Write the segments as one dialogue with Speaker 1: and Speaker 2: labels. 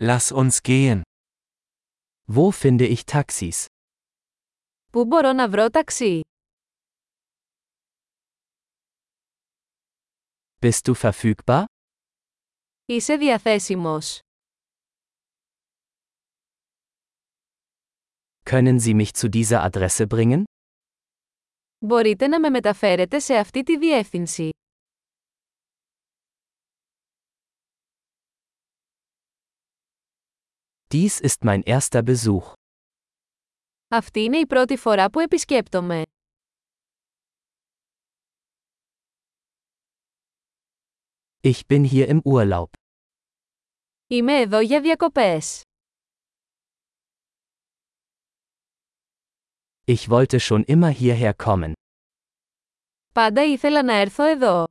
Speaker 1: Lass uns gehen. Wo finde ich Taxis?
Speaker 2: Πού μπορώ να βρω ταξί?
Speaker 1: Bist du verfügbar?
Speaker 2: Είσαι διαθέσιμος.
Speaker 1: Können Sie mich zu dieser Adresse bringen?
Speaker 2: Μπορείτε να με μεταφέρετε σε αυτή τη διεύθυνση.
Speaker 1: Dies ist mein erster Besuch.
Speaker 2: Αυτή είναι η πρώτη φορά που επισκέπτομαι.
Speaker 1: Ich bin hier im Urlaub.
Speaker 2: Είμαι εδώ για διακοπές.
Speaker 1: Ich wollte schon immer hierher kommen.
Speaker 2: Πάντα ήθελα να έρθω εδώ.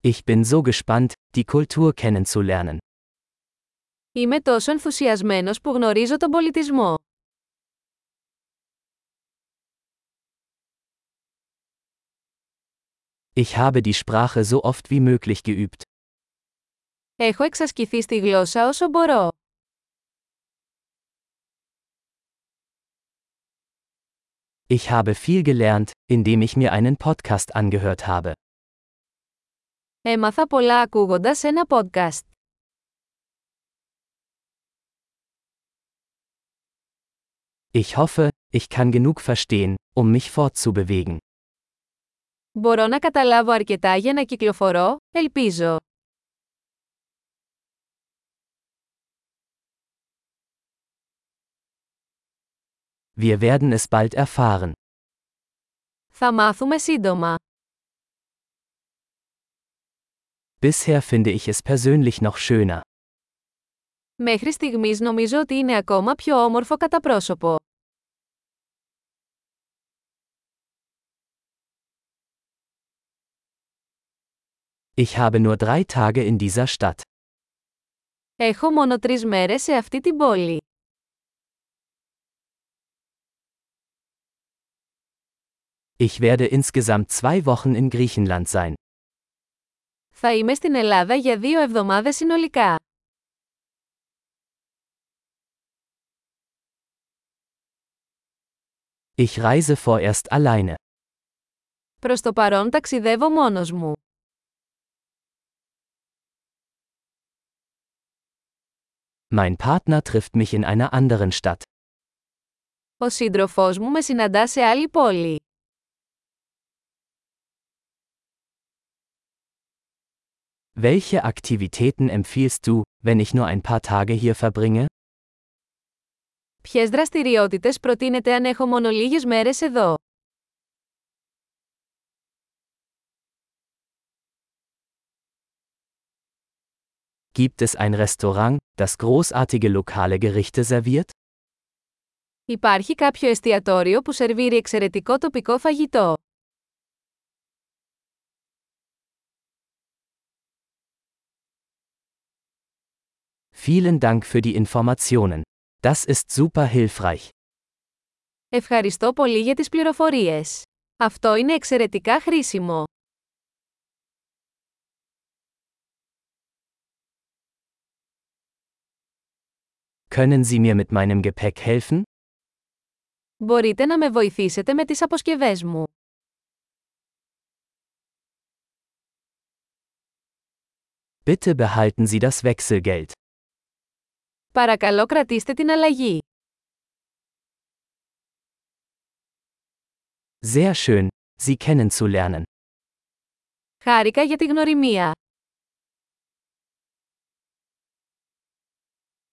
Speaker 1: Ich bin so gespannt, die Kultur kennenzulernen.
Speaker 2: Είμαι τόσο ενθουσιασμένος που γνωρίζω τον πολιτισμό.
Speaker 1: Ich habe die Sprache so oft wie möglich geübt.
Speaker 2: Έχω εξασκηθεί στη γλώσσα όσο μπορώ.
Speaker 1: Ich habe viel gelernt, indem ich mir einen Podcast angehört habe.
Speaker 2: Έμαθα πολλά ακούγοντας ένα podcast.
Speaker 1: Ich hoffe, ich kann genug verstehen, um mich fortzubewegen.
Speaker 2: Μπορώ να καταλάβω αρκετά για να κυκλοφορώ, ελπίζω.
Speaker 1: Wir werden es bald erfahren.
Speaker 2: Θα μάθουμε σύντομα.
Speaker 1: Bisher finde ich es persönlich noch schöner.
Speaker 2: Μέχρι στιγμής νομίζω ότι είναι ακόμα πιο όμορφο κατά πρόσωπο.
Speaker 1: Ich habe nur drei Tage in dieser Stadt.
Speaker 2: Έχω μόνο τρεις μέρες σε αυτή την πόλη.
Speaker 1: Ich werde insgesamt zwei Wochen in Griechenland sein.
Speaker 2: Θα είμαι στην Ελλάδα για δύο εβδομάδες συνολικά.
Speaker 1: Ich reise vorerst alleine.
Speaker 2: Προς το παρόν ταξιδεύω μόνος μου.
Speaker 1: Mein Partner trifft mich in einer anderen Stadt.
Speaker 2: Ο σύντροφός μου με συναντά σε άλλη πόλη.
Speaker 1: Welche Aktivitäten empfiehlst du, wenn ich nur ein paar Tage hier verbringe?
Speaker 2: Ποιες δραστηριότητες προτείνετε αν έχω μόνο λίγες μέρες εδώ.
Speaker 1: Gibt es ein Restaurant, das großartige lokale Gerichte serviert?
Speaker 2: Υπάρχει κάποιο εστιατόριο που σερβίρει εξαιρετικό τοπικό φαγητό.
Speaker 1: Vielen Dank für die Informationen. Das ist super hilfreich.
Speaker 2: Ευχαριστώ πολύ για τις πληροφορίες. Αυτό είναι εξαιρετικά χρήσιμο.
Speaker 1: Können Sie mir mit meinem Gepäck helfen?
Speaker 2: Μπορείτε να με βοηθήσετε με τις αποσκευές μου.
Speaker 1: Bitte behalten Sie das Wechselgeld.
Speaker 2: Παρακαλώ κρατήστε την αλλαγή.
Speaker 1: Sehr schön, Sie kennenzulernen.
Speaker 2: Χάρηκα για τη γνωριμία.